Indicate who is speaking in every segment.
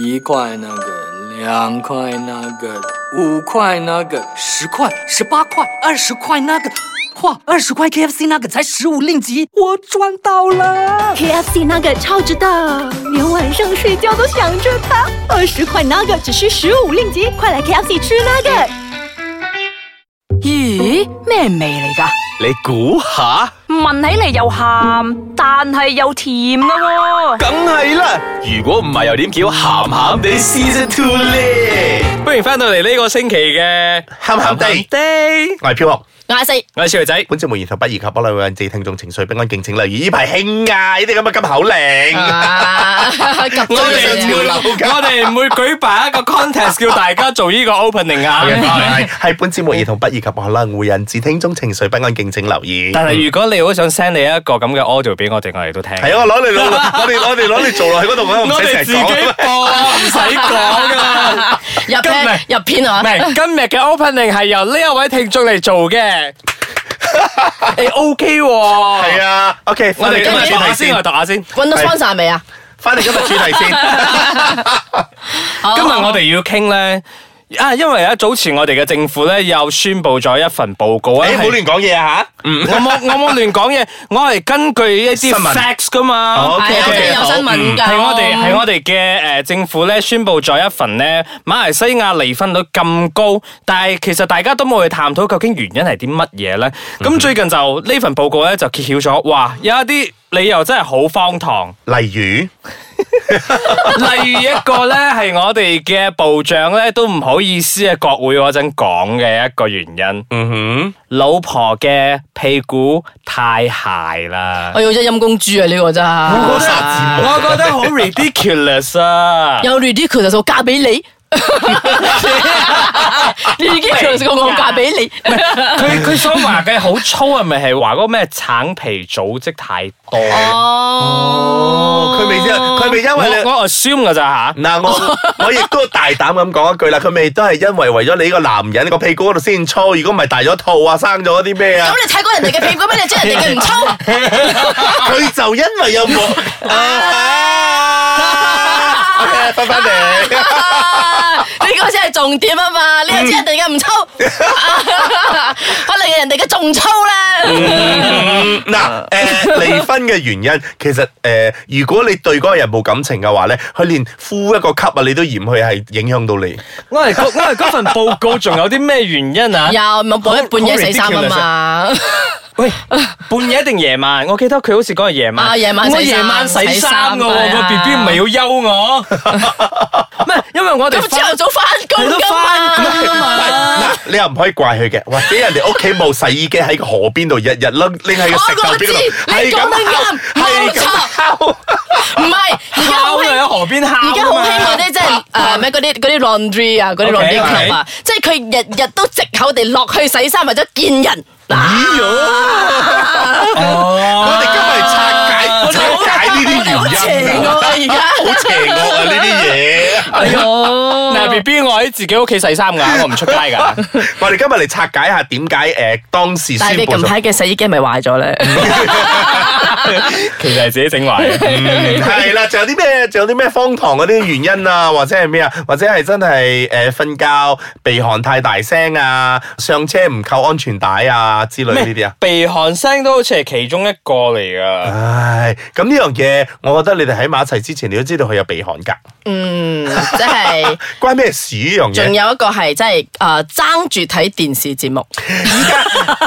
Speaker 1: 一块那个，两块那个，五块那个，
Speaker 2: 十块、十八块、二十块那个，哇，二十块 KFC 那个才十五令吉，我赚到了！
Speaker 3: KFC 那个超值的，连晚上睡觉都想着它。二十块那个只需十五令吉，快来 KFC 吃那个。
Speaker 4: 咦，咩味嚟噶？
Speaker 5: 你估下，
Speaker 4: 闻起嚟又咸，但系又甜噶喎、
Speaker 5: 梗係啦！如果唔係又點叫鹹鹹地 Season Two 咧？
Speaker 6: 欢迎翻到嚟呢个星期嘅
Speaker 5: 鹹鹹地，
Speaker 6: 地，
Speaker 5: 我係飄紅，
Speaker 4: 嗌食
Speaker 6: 我系小女仔。
Speaker 5: 本節目兒童不宜及不良引致聽眾情緒不安，敬請留意。呢排興啊，呢啲咁嘅急口令，
Speaker 4: 啊，
Speaker 7: Ờ,
Speaker 6: 我哋唔會，我哋唔會舉辦一個 contest 叫大家做呢個 opening 啊。
Speaker 5: 係係本節目兒童不宜及可能會引致聽眾情緒不安，敬請留意。
Speaker 6: 但係如果你好想 send 你一個咁嘅 audio 俾我哋，我哋都聽。
Speaker 5: 係啊，我攞嚟攞，我哋我哋攞嚟做落去嗰度，我唔
Speaker 6: 我
Speaker 5: 使成
Speaker 6: 哋
Speaker 5: 日
Speaker 6: 自己
Speaker 5: 講。
Speaker 6: 播，唔使 講噶。
Speaker 7: 入
Speaker 6: 片
Speaker 7: 入片啊
Speaker 6: 唔！係今日嘅 opening 係由呢一位聽眾嚟做 嘅。你 OK 喎？
Speaker 5: 係。啊，OK，
Speaker 6: 我
Speaker 5: 翻嚟
Speaker 6: 哋
Speaker 5: 今
Speaker 6: 今
Speaker 5: 日
Speaker 6: 日讀
Speaker 5: 主
Speaker 6: 下
Speaker 5: 題
Speaker 6: 先，
Speaker 5: 先
Speaker 6: 我，哋讀下先。
Speaker 7: 搵到 sponsor à? 未啊？
Speaker 5: 翻嚟今日主題 先。
Speaker 6: 今日我哋要傾咧。啊，因為咧早前我哋嘅政府咧又宣布咗一份報告啊，
Speaker 5: 誒，唔好
Speaker 6: 係
Speaker 5: 亂講嘢啊嚇。
Speaker 6: 嗯我冇我冇亂講嘢，我係根據一啲
Speaker 5: 新聞
Speaker 6: facts 噶嘛。
Speaker 7: 係啊，
Speaker 5: 好
Speaker 7: 我
Speaker 5: OK，Ừ.
Speaker 7: 哋有
Speaker 5: 好
Speaker 7: 新聞㗎。
Speaker 6: 係我哋係我哋嘅誒呃政府咧宣布咗一份咧馬來西亞離婚率咁高，但係其實大家都冇去探討究竟原因係啲乜嘢咧。
Speaker 5: 嗯
Speaker 6: 咁最近就呢份報告咧就揭曉咗，哇！有一啲理由真係好荒唐，
Speaker 5: 例如。
Speaker 6: 例如一個咧係我哋嘅部長咧都唔好意思喺國會嗰陣講嘅一個原因，
Speaker 5: 嗯
Speaker 6: 老婆嘅屁股太鞋啦。
Speaker 7: 我要咗陰公豬啊！呢個真係
Speaker 6: 我覺得好 ridiculous 啊！
Speaker 7: 有 ridiculous 就嫁俾 你。ridiculous 過我
Speaker 5: Dạ.
Speaker 7: 嫁俾你，
Speaker 6: 佢佢所話嘅好粗係啊咪係話嗰個咩橙皮組織太多？
Speaker 7: 哦
Speaker 5: 哼，佢未知，佢未因
Speaker 6: 我
Speaker 5: 為你
Speaker 6: 我 assume 㗎咋
Speaker 5: 嗱，我我亦都大膽咁講一句啦，佢咪都係因為為咗你呢個男人個屁股嗰度先粗，如果唔係大咗肚啊，生咗啲咩啊
Speaker 7: 咁，你睇過人哋嘅屁股咩？你知人哋嘅唔粗，
Speaker 5: 佢就因為有我啊，OK，翻返 嚟，
Speaker 7: 啊呢個先係重點啊嘛！你又知人哋嘅唔粗， 可能人哋嘅仲粗啦。
Speaker 5: 嗱，誒離婚嘅原因其實誒，如果你對嗰個人冇感情嘅話咧，佢連呼一個吸啊，你都嫌佢係影響到你。
Speaker 6: 吓？我係我係嗰份報告仲 有啲咩原因啊？
Speaker 7: 又咪半半夜洗衫啊嘛，
Speaker 6: 喂，半夜定夜晚？我記得佢好似講係夜晚。
Speaker 7: 啊夜晚洗衫
Speaker 6: 我夜晚洗衫㗎
Speaker 7: 洗
Speaker 6: 喎，
Speaker 7: 衫
Speaker 6: 個
Speaker 7: 係啊
Speaker 6: B B 唔係要 休我。唔係，因為我哋
Speaker 7: 咁朝頭早翻
Speaker 6: 佢
Speaker 7: 工
Speaker 6: 都
Speaker 7: 噶嘛。
Speaker 6: 翻工啊嘛。
Speaker 5: 嗱，你又唔可以怪佢嘅，或者人哋屋企冇洗衣機喺個河邊度，日日拎拎喺個石頭邊
Speaker 7: 我
Speaker 5: 度，
Speaker 7: 知你
Speaker 5: 係
Speaker 7: 講得
Speaker 5: 咁敲
Speaker 7: 啱，
Speaker 5: 係咁敲。
Speaker 7: 唔係，而家好
Speaker 6: 烤
Speaker 7: 興
Speaker 6: 喺啊河邊烤啊嘛。
Speaker 7: 而家好興嗰啲即係誒咩嗰啲嗰啲 laundry 啊，嗰啲
Speaker 6: OK，
Speaker 7: laundry club 啊，即係佢日日都藉口地落去洗衫或者見人。
Speaker 5: 我哋今日係拆解
Speaker 7: 哦
Speaker 6: 啊
Speaker 5: 拆解呢
Speaker 7: 好
Speaker 5: 啲
Speaker 7: 邪
Speaker 5: 原因
Speaker 7: 惡
Speaker 5: 啊，
Speaker 7: 啊！而家
Speaker 5: 好邪惡啊呢啲嘢。
Speaker 6: 哎 嗱，B B，我喺自己屋企洗衫㗎，我唔出街㗎。
Speaker 5: 我哋今日嚟拆解下點解誒當時
Speaker 7: 但係
Speaker 5: 宣
Speaker 7: 你
Speaker 5: 布
Speaker 7: 近
Speaker 5: 咗，
Speaker 7: 排嘅洗衣機咪壞咗咧？
Speaker 6: 其實係自己整壞嘅。
Speaker 5: 嗯係啦，仲有啲咩？仲有啲咩荒唐嗰啲原因啊？或者係咩啊？或者係真係誒瞓覺鼻鼾太大聲啊，上車唔扣安全帶啊之類呢啲啊？
Speaker 6: 鼻鼾聲都好似係其中一個嚟噶。
Speaker 5: 唉，咁呢樣嘢，我覺得你哋喺埋一齊之前，你都知道佢有鼻鼾㗎，
Speaker 7: 嗯，即係
Speaker 5: 關咩事呢樣
Speaker 7: 仲
Speaker 5: 嘢？
Speaker 7: 有一個係即係誒爭住睇電視節目，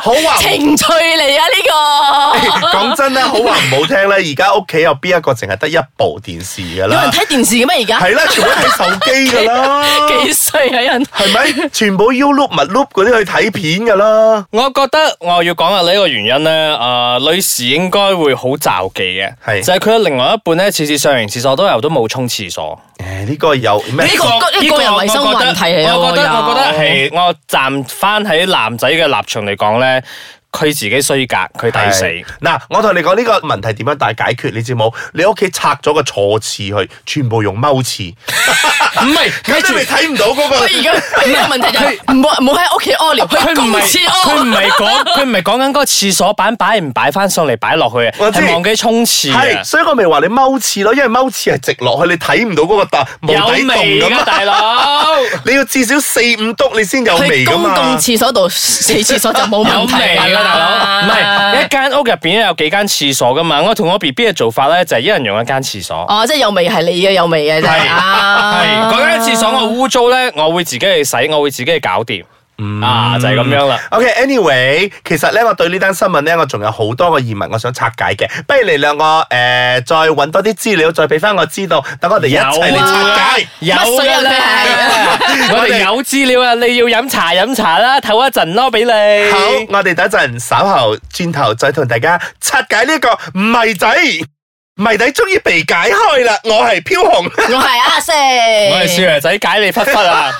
Speaker 5: 好話唔
Speaker 7: 情趣嚟 啊呢 個！
Speaker 5: 講真啦，好話唔好聽咧，而家屋企有邊一個淨係得一部電視㗎
Speaker 7: 有人
Speaker 5: 啦？
Speaker 7: 睇啊電視嘅咩而家？
Speaker 5: 係啦，全部都睇手機㗎啦，
Speaker 7: 幾歲啊有 人？
Speaker 5: 係咪？全部 U loop 密 loop 嗰啲去睇片㗎啦，
Speaker 6: 我覺得我要講下呢個原因咧，誒、女士應該會好罩忌嘅，
Speaker 5: 係
Speaker 6: 就係佢嘅另外一半咧，次次上完廁所都由都冇沖廁所。
Speaker 5: 誒呢個有咩？
Speaker 7: 呢個呢個個人衞生問題嚟喎
Speaker 6: 我覺得
Speaker 7: 又
Speaker 6: 我覺得係我站翻喺男仔嘅立場嚟講咧，佢自己衰格，佢抵死。
Speaker 5: 係嗱，我同你講呢個問題 點樣大解決，你知冇？你屋企拆咗個坐廁去，全部用踎廁，
Speaker 6: 唔係，咪
Speaker 5: 咁
Speaker 6: 住
Speaker 5: 你咪睇唔到嗰個
Speaker 7: 佢而家佢呢個問題就係唔好唔好喺屋企屙尿，去
Speaker 6: 佢唔
Speaker 7: 公
Speaker 6: 係
Speaker 7: 廁
Speaker 6: 佢唔
Speaker 7: 屙。
Speaker 6: 係講佢唔係講緊嗰個廁所板擺唔擺翻上嚟擺落去嘅，
Speaker 5: 我知
Speaker 6: 係忘記沖廁
Speaker 5: 係，
Speaker 6: 嘅，
Speaker 5: 所以我咪話你踎廁咯，因為踎廁係直落去，你睇唔到嗰個笪
Speaker 6: 有
Speaker 5: 無底洞
Speaker 6: 味
Speaker 5: 咁啊
Speaker 6: 㗎
Speaker 5: 嘛
Speaker 6: 大佬，
Speaker 5: 你要至少四五篤你先有味
Speaker 7: 去
Speaker 5: 噶
Speaker 7: 公共
Speaker 5: 嘛。
Speaker 7: 廁所 度洗廁所就冇
Speaker 6: 有
Speaker 7: 問題
Speaker 6: 味㗎
Speaker 7: 㗎
Speaker 6: 大佬，唔
Speaker 7: 啦
Speaker 6: 係一間屋入邊有幾間廁所㗎嘛，我同我 B B 嘅做法咧就係一人用一間廁所。
Speaker 7: 哦，即係有味係你嘅有味嘅啫。
Speaker 6: 係
Speaker 7: 啊
Speaker 6: 係嗰間廁所我污糟咧，我會自己去洗，我會自己去搞掂。
Speaker 5: 嗯
Speaker 6: 啊，就係咁樣啦。
Speaker 5: OK，anyway，、其實咧，我對呢單新聞咧，我仲有好多個疑問，我想拆解嘅。不如你兩個誒、呃再揾多啲資料，再俾翻我知道，等我哋一齊嚟拆 解。
Speaker 6: 啊有
Speaker 7: 乜水啊佢係
Speaker 6: 嘅， 我哋有資料啊！你要飲茶飲茶啦，唞一陣咯，俾你。
Speaker 5: 好，我哋等一陣稍後轉頭再同大家拆解呢個謎仔，謎底終於被解開啦！我係飄紅，
Speaker 7: 我係阿四，
Speaker 6: 我係少爺仔解你忽忽 啊！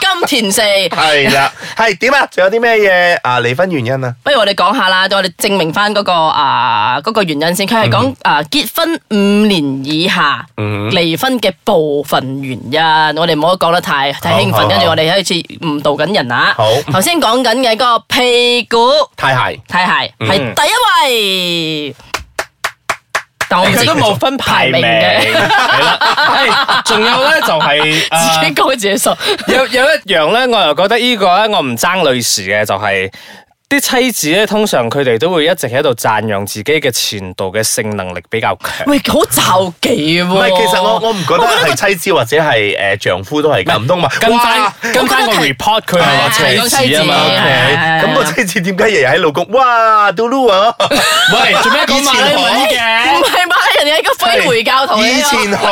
Speaker 7: 金田四。
Speaker 5: 係啦， 係點啊？仲有啲咩嘢啊？離婚原因啊？
Speaker 7: 不如我哋講下啦，我哋證明翻嗰、個啊嗰、個原因先。佢係講啊結婚五年以下
Speaker 5: 嗯
Speaker 7: 離婚嘅部分原因，我哋唔好講得太太興
Speaker 5: 好
Speaker 7: 奮，跟住
Speaker 5: 好
Speaker 7: 我哋開始誤導緊人啊
Speaker 5: 好。
Speaker 7: 頭先講緊嘅嗰個屁股
Speaker 5: 太鞋。
Speaker 7: 太鞋係第一位，但我唔
Speaker 6: 佢
Speaker 7: 知
Speaker 6: 都冇分排名 嘅，係啦。係仲有咧就係
Speaker 7: 自
Speaker 6: 呃
Speaker 7: 己講自己數。
Speaker 6: 有有一樣咧，我又覺得呢個咧，我唔爭女士嘅，就係、啲妻子咧，通常佢哋都會一直喺度讚揚自己嘅前度嘅性能力比較強。
Speaker 7: 喂，好就忌喎。
Speaker 5: 唔係，其實我哦我唔覺得係妻子或者係誒丈夫都係咁，唔通話
Speaker 6: 跟
Speaker 5: 哇
Speaker 6: 翻跟翻個 report 佢係話
Speaker 7: 係係
Speaker 6: 妻子啊嘛
Speaker 7: 講妻子
Speaker 5: OK，
Speaker 7: 係係係
Speaker 5: 咁個妻子點解日日喺老公？哇，到 l 啊！
Speaker 6: 喂，做咩講馬拉文
Speaker 7: 唔
Speaker 6: 嘅？
Speaker 7: 係馬來人哋係一個非回教徒嚟
Speaker 5: 以
Speaker 7: 㗎
Speaker 5: 前可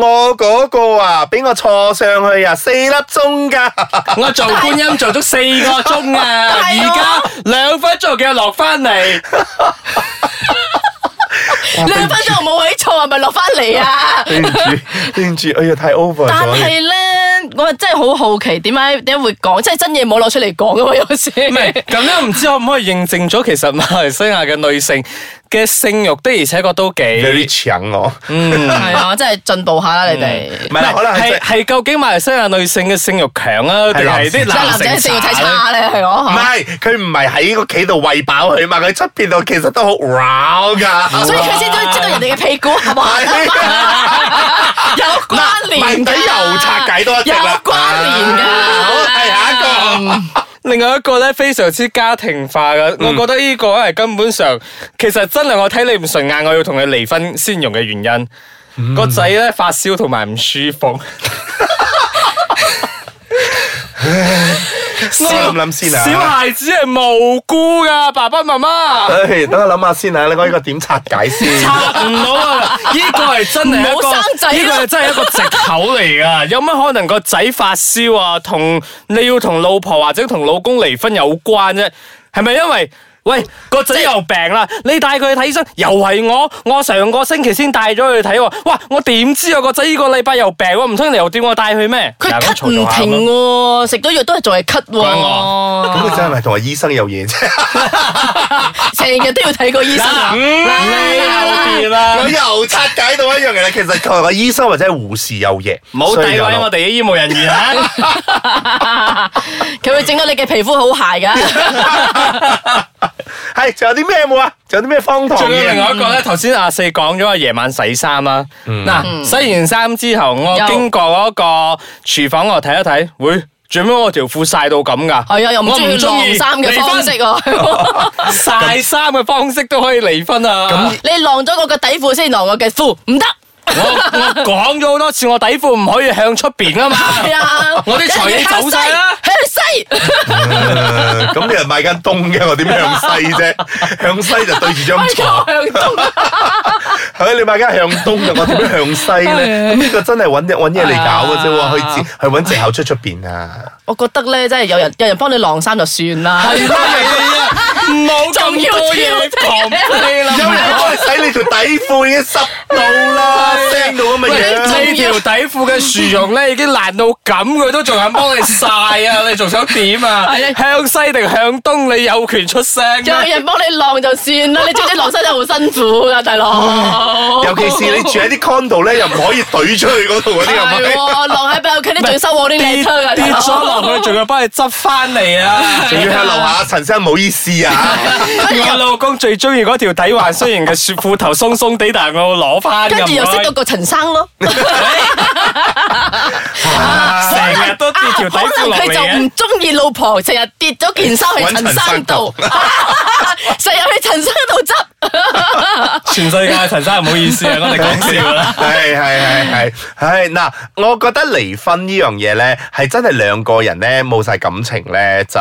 Speaker 5: 我嗰個啊，俾我坐上去啊，四粒鐘㗎。
Speaker 6: 我做觀音做足四個鐘啊，
Speaker 7: 係喎
Speaker 6: 而家兩分鐘嘅落翻嚟，
Speaker 5: 啊
Speaker 7: 兩分鐘冇位坐，係咪落翻嚟啊？
Speaker 5: 對唔住，對唔住，哎呀，太 over
Speaker 7: 但係
Speaker 5: 咗。
Speaker 7: 咧，我真係好好奇點解點解會講，即係真嘢冇攞出嚟講噶嘛，有時。
Speaker 6: 唔係咁樣，唔知可唔可以認證咗其實馬來西亞嘅女性嘅性慾的而且確都幾
Speaker 5: very 強我，唔
Speaker 7: 係啊，真係進步下啦，你哋。
Speaker 5: 嗯係啦，可能係
Speaker 6: 係
Speaker 5: 真
Speaker 6: 係究竟馬來西亞女性嘅性慾強啊，定
Speaker 5: 係
Speaker 6: 係啲
Speaker 7: 即係男
Speaker 6: 男
Speaker 7: 仔
Speaker 6: 性
Speaker 7: 性要
Speaker 6: 差
Speaker 7: 睇
Speaker 6: 咧
Speaker 7: 差咧，係
Speaker 5: 唔
Speaker 7: 我。
Speaker 5: 係佢唔係喺個企度喂飽佢嘛，佢出邊度其實都好 wow 㗎。
Speaker 7: 所以佢先都知道人哋嘅屁股係 嘛，有關聯
Speaker 5: 謎
Speaker 7: 㗎
Speaker 5: 底又拆解多一隻
Speaker 7: 啊有
Speaker 5: 啦啊
Speaker 7: 關聯㗎。嗯
Speaker 5: 好係下一個
Speaker 6: 另外一個咧非常之家庭化嘅，我覺得呢個係根本上其實真係我睇你唔順眼，我要同你離婚先用嘅原因。個仔咧發燒同埋唔舒服，
Speaker 5: 先諗諗先啊。
Speaker 6: 小孩子係無辜噶，爸爸媽媽
Speaker 5: 唉，等我諗下先啊，你講呢個點拆解先？
Speaker 6: 拍唔到啊！呢個係真係一
Speaker 7: 唔好生仔啊
Speaker 6: 個，呢個係真係一個藉口嚟噶。有乜可能個仔發燒啊，同你要同老婆或者同老公離婚有關啫？係咪因為？喂，個仔又病啦，你帶佢去睇醫生，又係我，我上個星期先帶咗佢去睇喎，哇，我點知啊個仔呢個禮拜又病喎，唔通你又叫我帶佢咩？
Speaker 7: 佢
Speaker 6: 嗱咁嘈
Speaker 7: 咳唔
Speaker 6: 嘈下咁
Speaker 7: 停
Speaker 6: 咯
Speaker 7: 喎，食咗藥都係仲係咳
Speaker 6: 關
Speaker 7: 喎，
Speaker 5: 咁佢真係咪同個醫生有 嘢啫？
Speaker 7: 成日都要睇個醫生啊。
Speaker 6: 嗯嗯，你又掂啦。
Speaker 5: 我又拆解到一樣嘢啦，其實佢個醫生或者係護士有嘢，
Speaker 6: 唔好詆
Speaker 5: 所以就
Speaker 6: 毀我哋啲醫務人員啊！
Speaker 7: 佢會整到你嘅皮膚好鞋㗎。
Speaker 5: 係，仲有啲咩冇啊？仲有啲咩荒唐
Speaker 6: 仲有另
Speaker 5: 嘢？
Speaker 6: 外一個咧，頭先阿四講咗啊，夜晚洗衫啦。嗱，洗完衫之後，我
Speaker 7: 又
Speaker 6: 經過嗰個廚房，我睇一睇，會做咩我條褲晒到咁噶？
Speaker 7: 係啊，又唔中
Speaker 6: 我
Speaker 7: 意晾衫嘅方式 喎。
Speaker 6: 晒衫嘅方式都可以離婚 啊！
Speaker 7: 你晾咗我嘅底褲先晾我嘅褲， 唔得。
Speaker 6: 我我講咗好多次，我底褲唔可以向出邊啊嘛。
Speaker 7: 係啊，
Speaker 6: 我啲財氣走晒啦
Speaker 7: 向西，向西。
Speaker 5: 誒嗯咁你又買間東嘅，我點向西 啫？向西就對住張床，
Speaker 7: 向東。
Speaker 5: 係你買間向東嘅，我點樣向西咧？咁呢個真係揾揾嘢嚟搞嘅啫
Speaker 7: 啊
Speaker 5: 喎，去接去揾藉口出出邊啊！
Speaker 7: 我覺得咧，真係有人有人幫你晾衫就算啦。
Speaker 6: 係啦，係啊，唔好咁多嘢狂飛啦！
Speaker 5: 有人幫你洗你條底褲已經濕到啦，腥到咁嘅樣。
Speaker 6: 呢條底褲嘅樹絨咧已經爛到咁，佢都仲肯幫你晒 啊！你仲想點啊？向西定向東，你有權出聲啊咩。
Speaker 7: 有人幫你晾就算啦，你知唔知晾衫真係好辛苦噶，大佬。
Speaker 6: 哦
Speaker 5: 尤其是你住喺啲 condo 咧，又唔可以懟出去嗰度嗰啲係咪？
Speaker 7: 係喎，晾喺仲收我啲靚車啊㗎
Speaker 6: 跌跌咗落去，仲要幫你執翻嚟 啊！
Speaker 5: 仲要向樓下陳生唔好意思啊！
Speaker 6: 我老公最中意嗰條底環，雖然嘅雪褲頭鬆鬆地，但係我會攞翻。
Speaker 7: 跟住又識到個陳生咯。
Speaker 6: 成日都跌條底
Speaker 7: 可
Speaker 6: 褲
Speaker 7: 能
Speaker 6: 落
Speaker 7: 佢
Speaker 6: 嚟
Speaker 7: 就
Speaker 6: 嘅
Speaker 7: 唔。中意老婆，成日跌咗件衫去陳生度，成日去陳生度執。
Speaker 6: 全世界陳生唔好意思啊，我哋講笑啦。
Speaker 5: 係係係係係嗱，我覺得離婚呢樣嘢咧，係真係兩個人咧冇晒感情咧就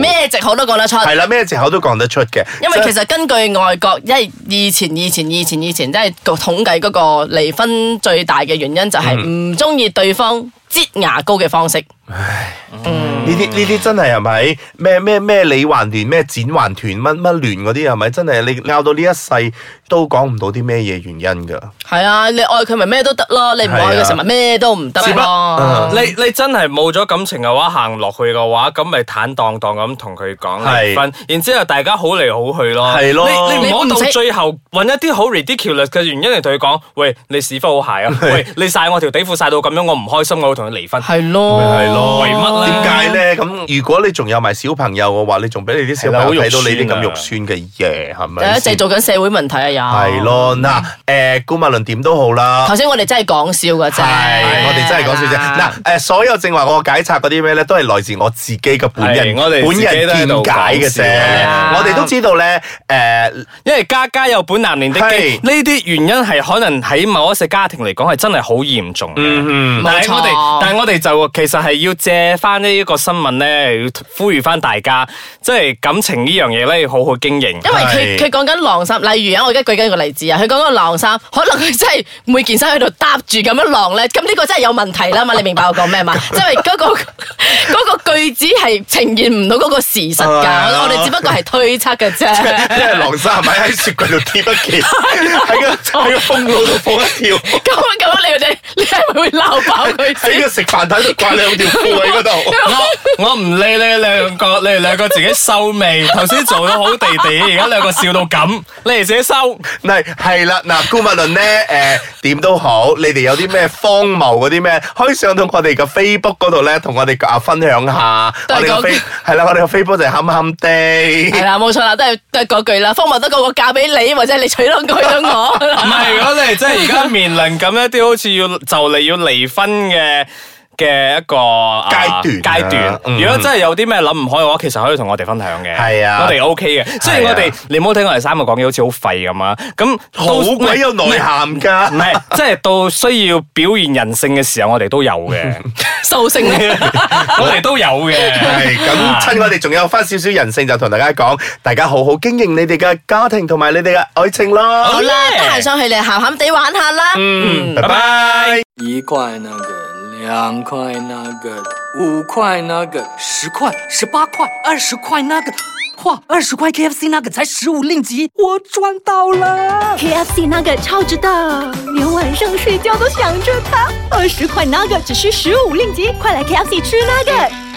Speaker 7: 咩藉口都講得出。
Speaker 5: 係啦，咩藉口都講得出嘅。
Speaker 7: 因為其實根據外國，因為以前、以前、以前、以前，即係個統計嗰個離婚最大嘅原因就係唔中意對方擠牙膏嘅方式。
Speaker 6: 嗯
Speaker 5: 呢啲呢啲真係係咪咩咩咩理還聯咩剪還團乜乜聯嗰啲係咪真係你拗到呢一世都講唔到啲咩嘢原因㗎？
Speaker 7: 係啊，你愛佢咪咩都得咯，你唔愛
Speaker 5: 係啊
Speaker 7: 嘅時候咪咩都唔得
Speaker 5: 只不
Speaker 7: 咯。
Speaker 6: 你你真係冇咗感情嘅話，行落去嘅話，咁咪坦蕩蕩咁同佢講
Speaker 5: 係
Speaker 6: 離婚，然之後大家好嚟好去咯。
Speaker 5: 係咯
Speaker 6: 你你唔好
Speaker 7: 你唔
Speaker 6: 到
Speaker 7: 使
Speaker 6: 最後揾一啲好 ridiculous 嘅原因嚟同佢講，喂，你屎忽好鞋啊，喂，你晒我條底褲晒到咁樣，我唔開心，我會同佢離婚。
Speaker 7: 係咯，
Speaker 5: 係咯
Speaker 6: 為乜咧
Speaker 5: 點解咧？咁如果你仲有埋小朋友嘅話，你仲俾你啲小朋友睇
Speaker 6: 啊
Speaker 5: 到你啲咁肉酸嘅嘢，係
Speaker 7: 就
Speaker 5: 咪
Speaker 7: 係
Speaker 5: 先？
Speaker 7: 製造緊社會問題啊！又
Speaker 5: 係。咯，嗱，誒，顧物論點都好啦
Speaker 7: 頭。先我哋真係講笑㗎
Speaker 5: 係，
Speaker 7: 啫，
Speaker 5: 我哋真係講笑啫。
Speaker 7: 啊
Speaker 5: 嗱，誒，所有正話我解拆嗰啲咩咧，都係來自我自己嘅本人，
Speaker 6: 係我哋
Speaker 5: 本
Speaker 6: 自己都喺
Speaker 5: 人見
Speaker 6: 度
Speaker 5: 解嘅
Speaker 6: 講
Speaker 5: 啫
Speaker 6: 笑嗯係。
Speaker 7: 啊
Speaker 5: 我哋都知道咧，誒，
Speaker 6: 因為家家有本難念的經，
Speaker 5: 係
Speaker 6: 呢啲原因係可能喺某一些家庭嚟講係真係好嚴重嘅。
Speaker 5: 嗯
Speaker 6: 但係我
Speaker 7: 冇錯
Speaker 6: 哋，但係我哋就其實係要借翻呢一個新聞咧，要呼籲翻大家，即係感情呢樣嘢咧，要好好經營。
Speaker 7: 因為
Speaker 5: 係
Speaker 7: 佢佢講緊晾衫，例如啊，我而家舉緊一個例子啊，佢講緊晾衫，可能佢真係每件衫喺度搭住咁樣晾咧，咁呢個真係有問題啦嘛，你明白我講咩嘛？即係嗰個嗰個句子係呈現唔到嗰個事實㗎，
Speaker 5: 啊
Speaker 7: 我哋只不過係推測嘅啫。
Speaker 5: 即係狼山咪喺雪櫃度貼一 件，喺個喺個風爐度放一條，
Speaker 7: 咁咁，你哋 你係咪會鬧爆佢
Speaker 5: 喺
Speaker 7: 先？
Speaker 5: 個食飯台度掛兩條褲喺嗰 度。
Speaker 6: 我我唔理你兩個，你哋兩個自己收尾。頭先做到好地地，而家兩個笑到咁，你哋自己收。
Speaker 5: 嗱，係啦，嗱，顧物論咧，誒點都好，你哋有啲咩荒謬嗰啲咩，可以上到我哋嘅 Facebook 嗰度咧，同我哋啊分享下。
Speaker 7: 都
Speaker 5: 我
Speaker 7: 係
Speaker 5: 哋
Speaker 7: 嗰
Speaker 5: 嘅 Face 係啦，我哋嘅 Facebook 就係冚冚
Speaker 7: 係
Speaker 5: 地。
Speaker 7: 啦，冇錯啦，都係都係嗰句啦，方文德個個嫁俾你，或者你娶到佢咗我。
Speaker 6: 唔係， 如果你係真係而家面臨咁一啲好似要就嚟要離婚嘅。嘅一個啊
Speaker 5: 階段啊
Speaker 6: 階段，
Speaker 5: 嗯
Speaker 6: 如果真係有啲咩諗唔開嘅話，其實可以同我哋分享嘅。
Speaker 5: 係啊
Speaker 6: 我哋 OK 嘅。雖然我哋你唔好聽我哋三個講嘢好似好廢咁啊，咁到
Speaker 5: 好鬼有內涵
Speaker 6: 唔
Speaker 5: 㗎，
Speaker 6: 係，即係到需要表現人性嘅時候，我哋都 有嘅，
Speaker 7: 獸 性咧，
Speaker 6: 我哋都有嘅。
Speaker 5: 係咁，趁我哋仲有翻少少人性，就同大家講，大家好好經營你哋嘅家庭同埋你哋嘅愛情
Speaker 7: 好
Speaker 5: 咯。
Speaker 7: 啦，得閒上去你咸咸地玩下啦。
Speaker 5: 嗯，拜拜。
Speaker 1: 一块那个，两块那个，五块那个，
Speaker 2: 十块、十八块、二十块那个，哇，二十块 KFC 那个才十五令吉，我赚到了！
Speaker 3: KFC 那个超值的，连晚上睡觉都想着它。二十块那个只需十五令吉，快来 KFC 吃那个。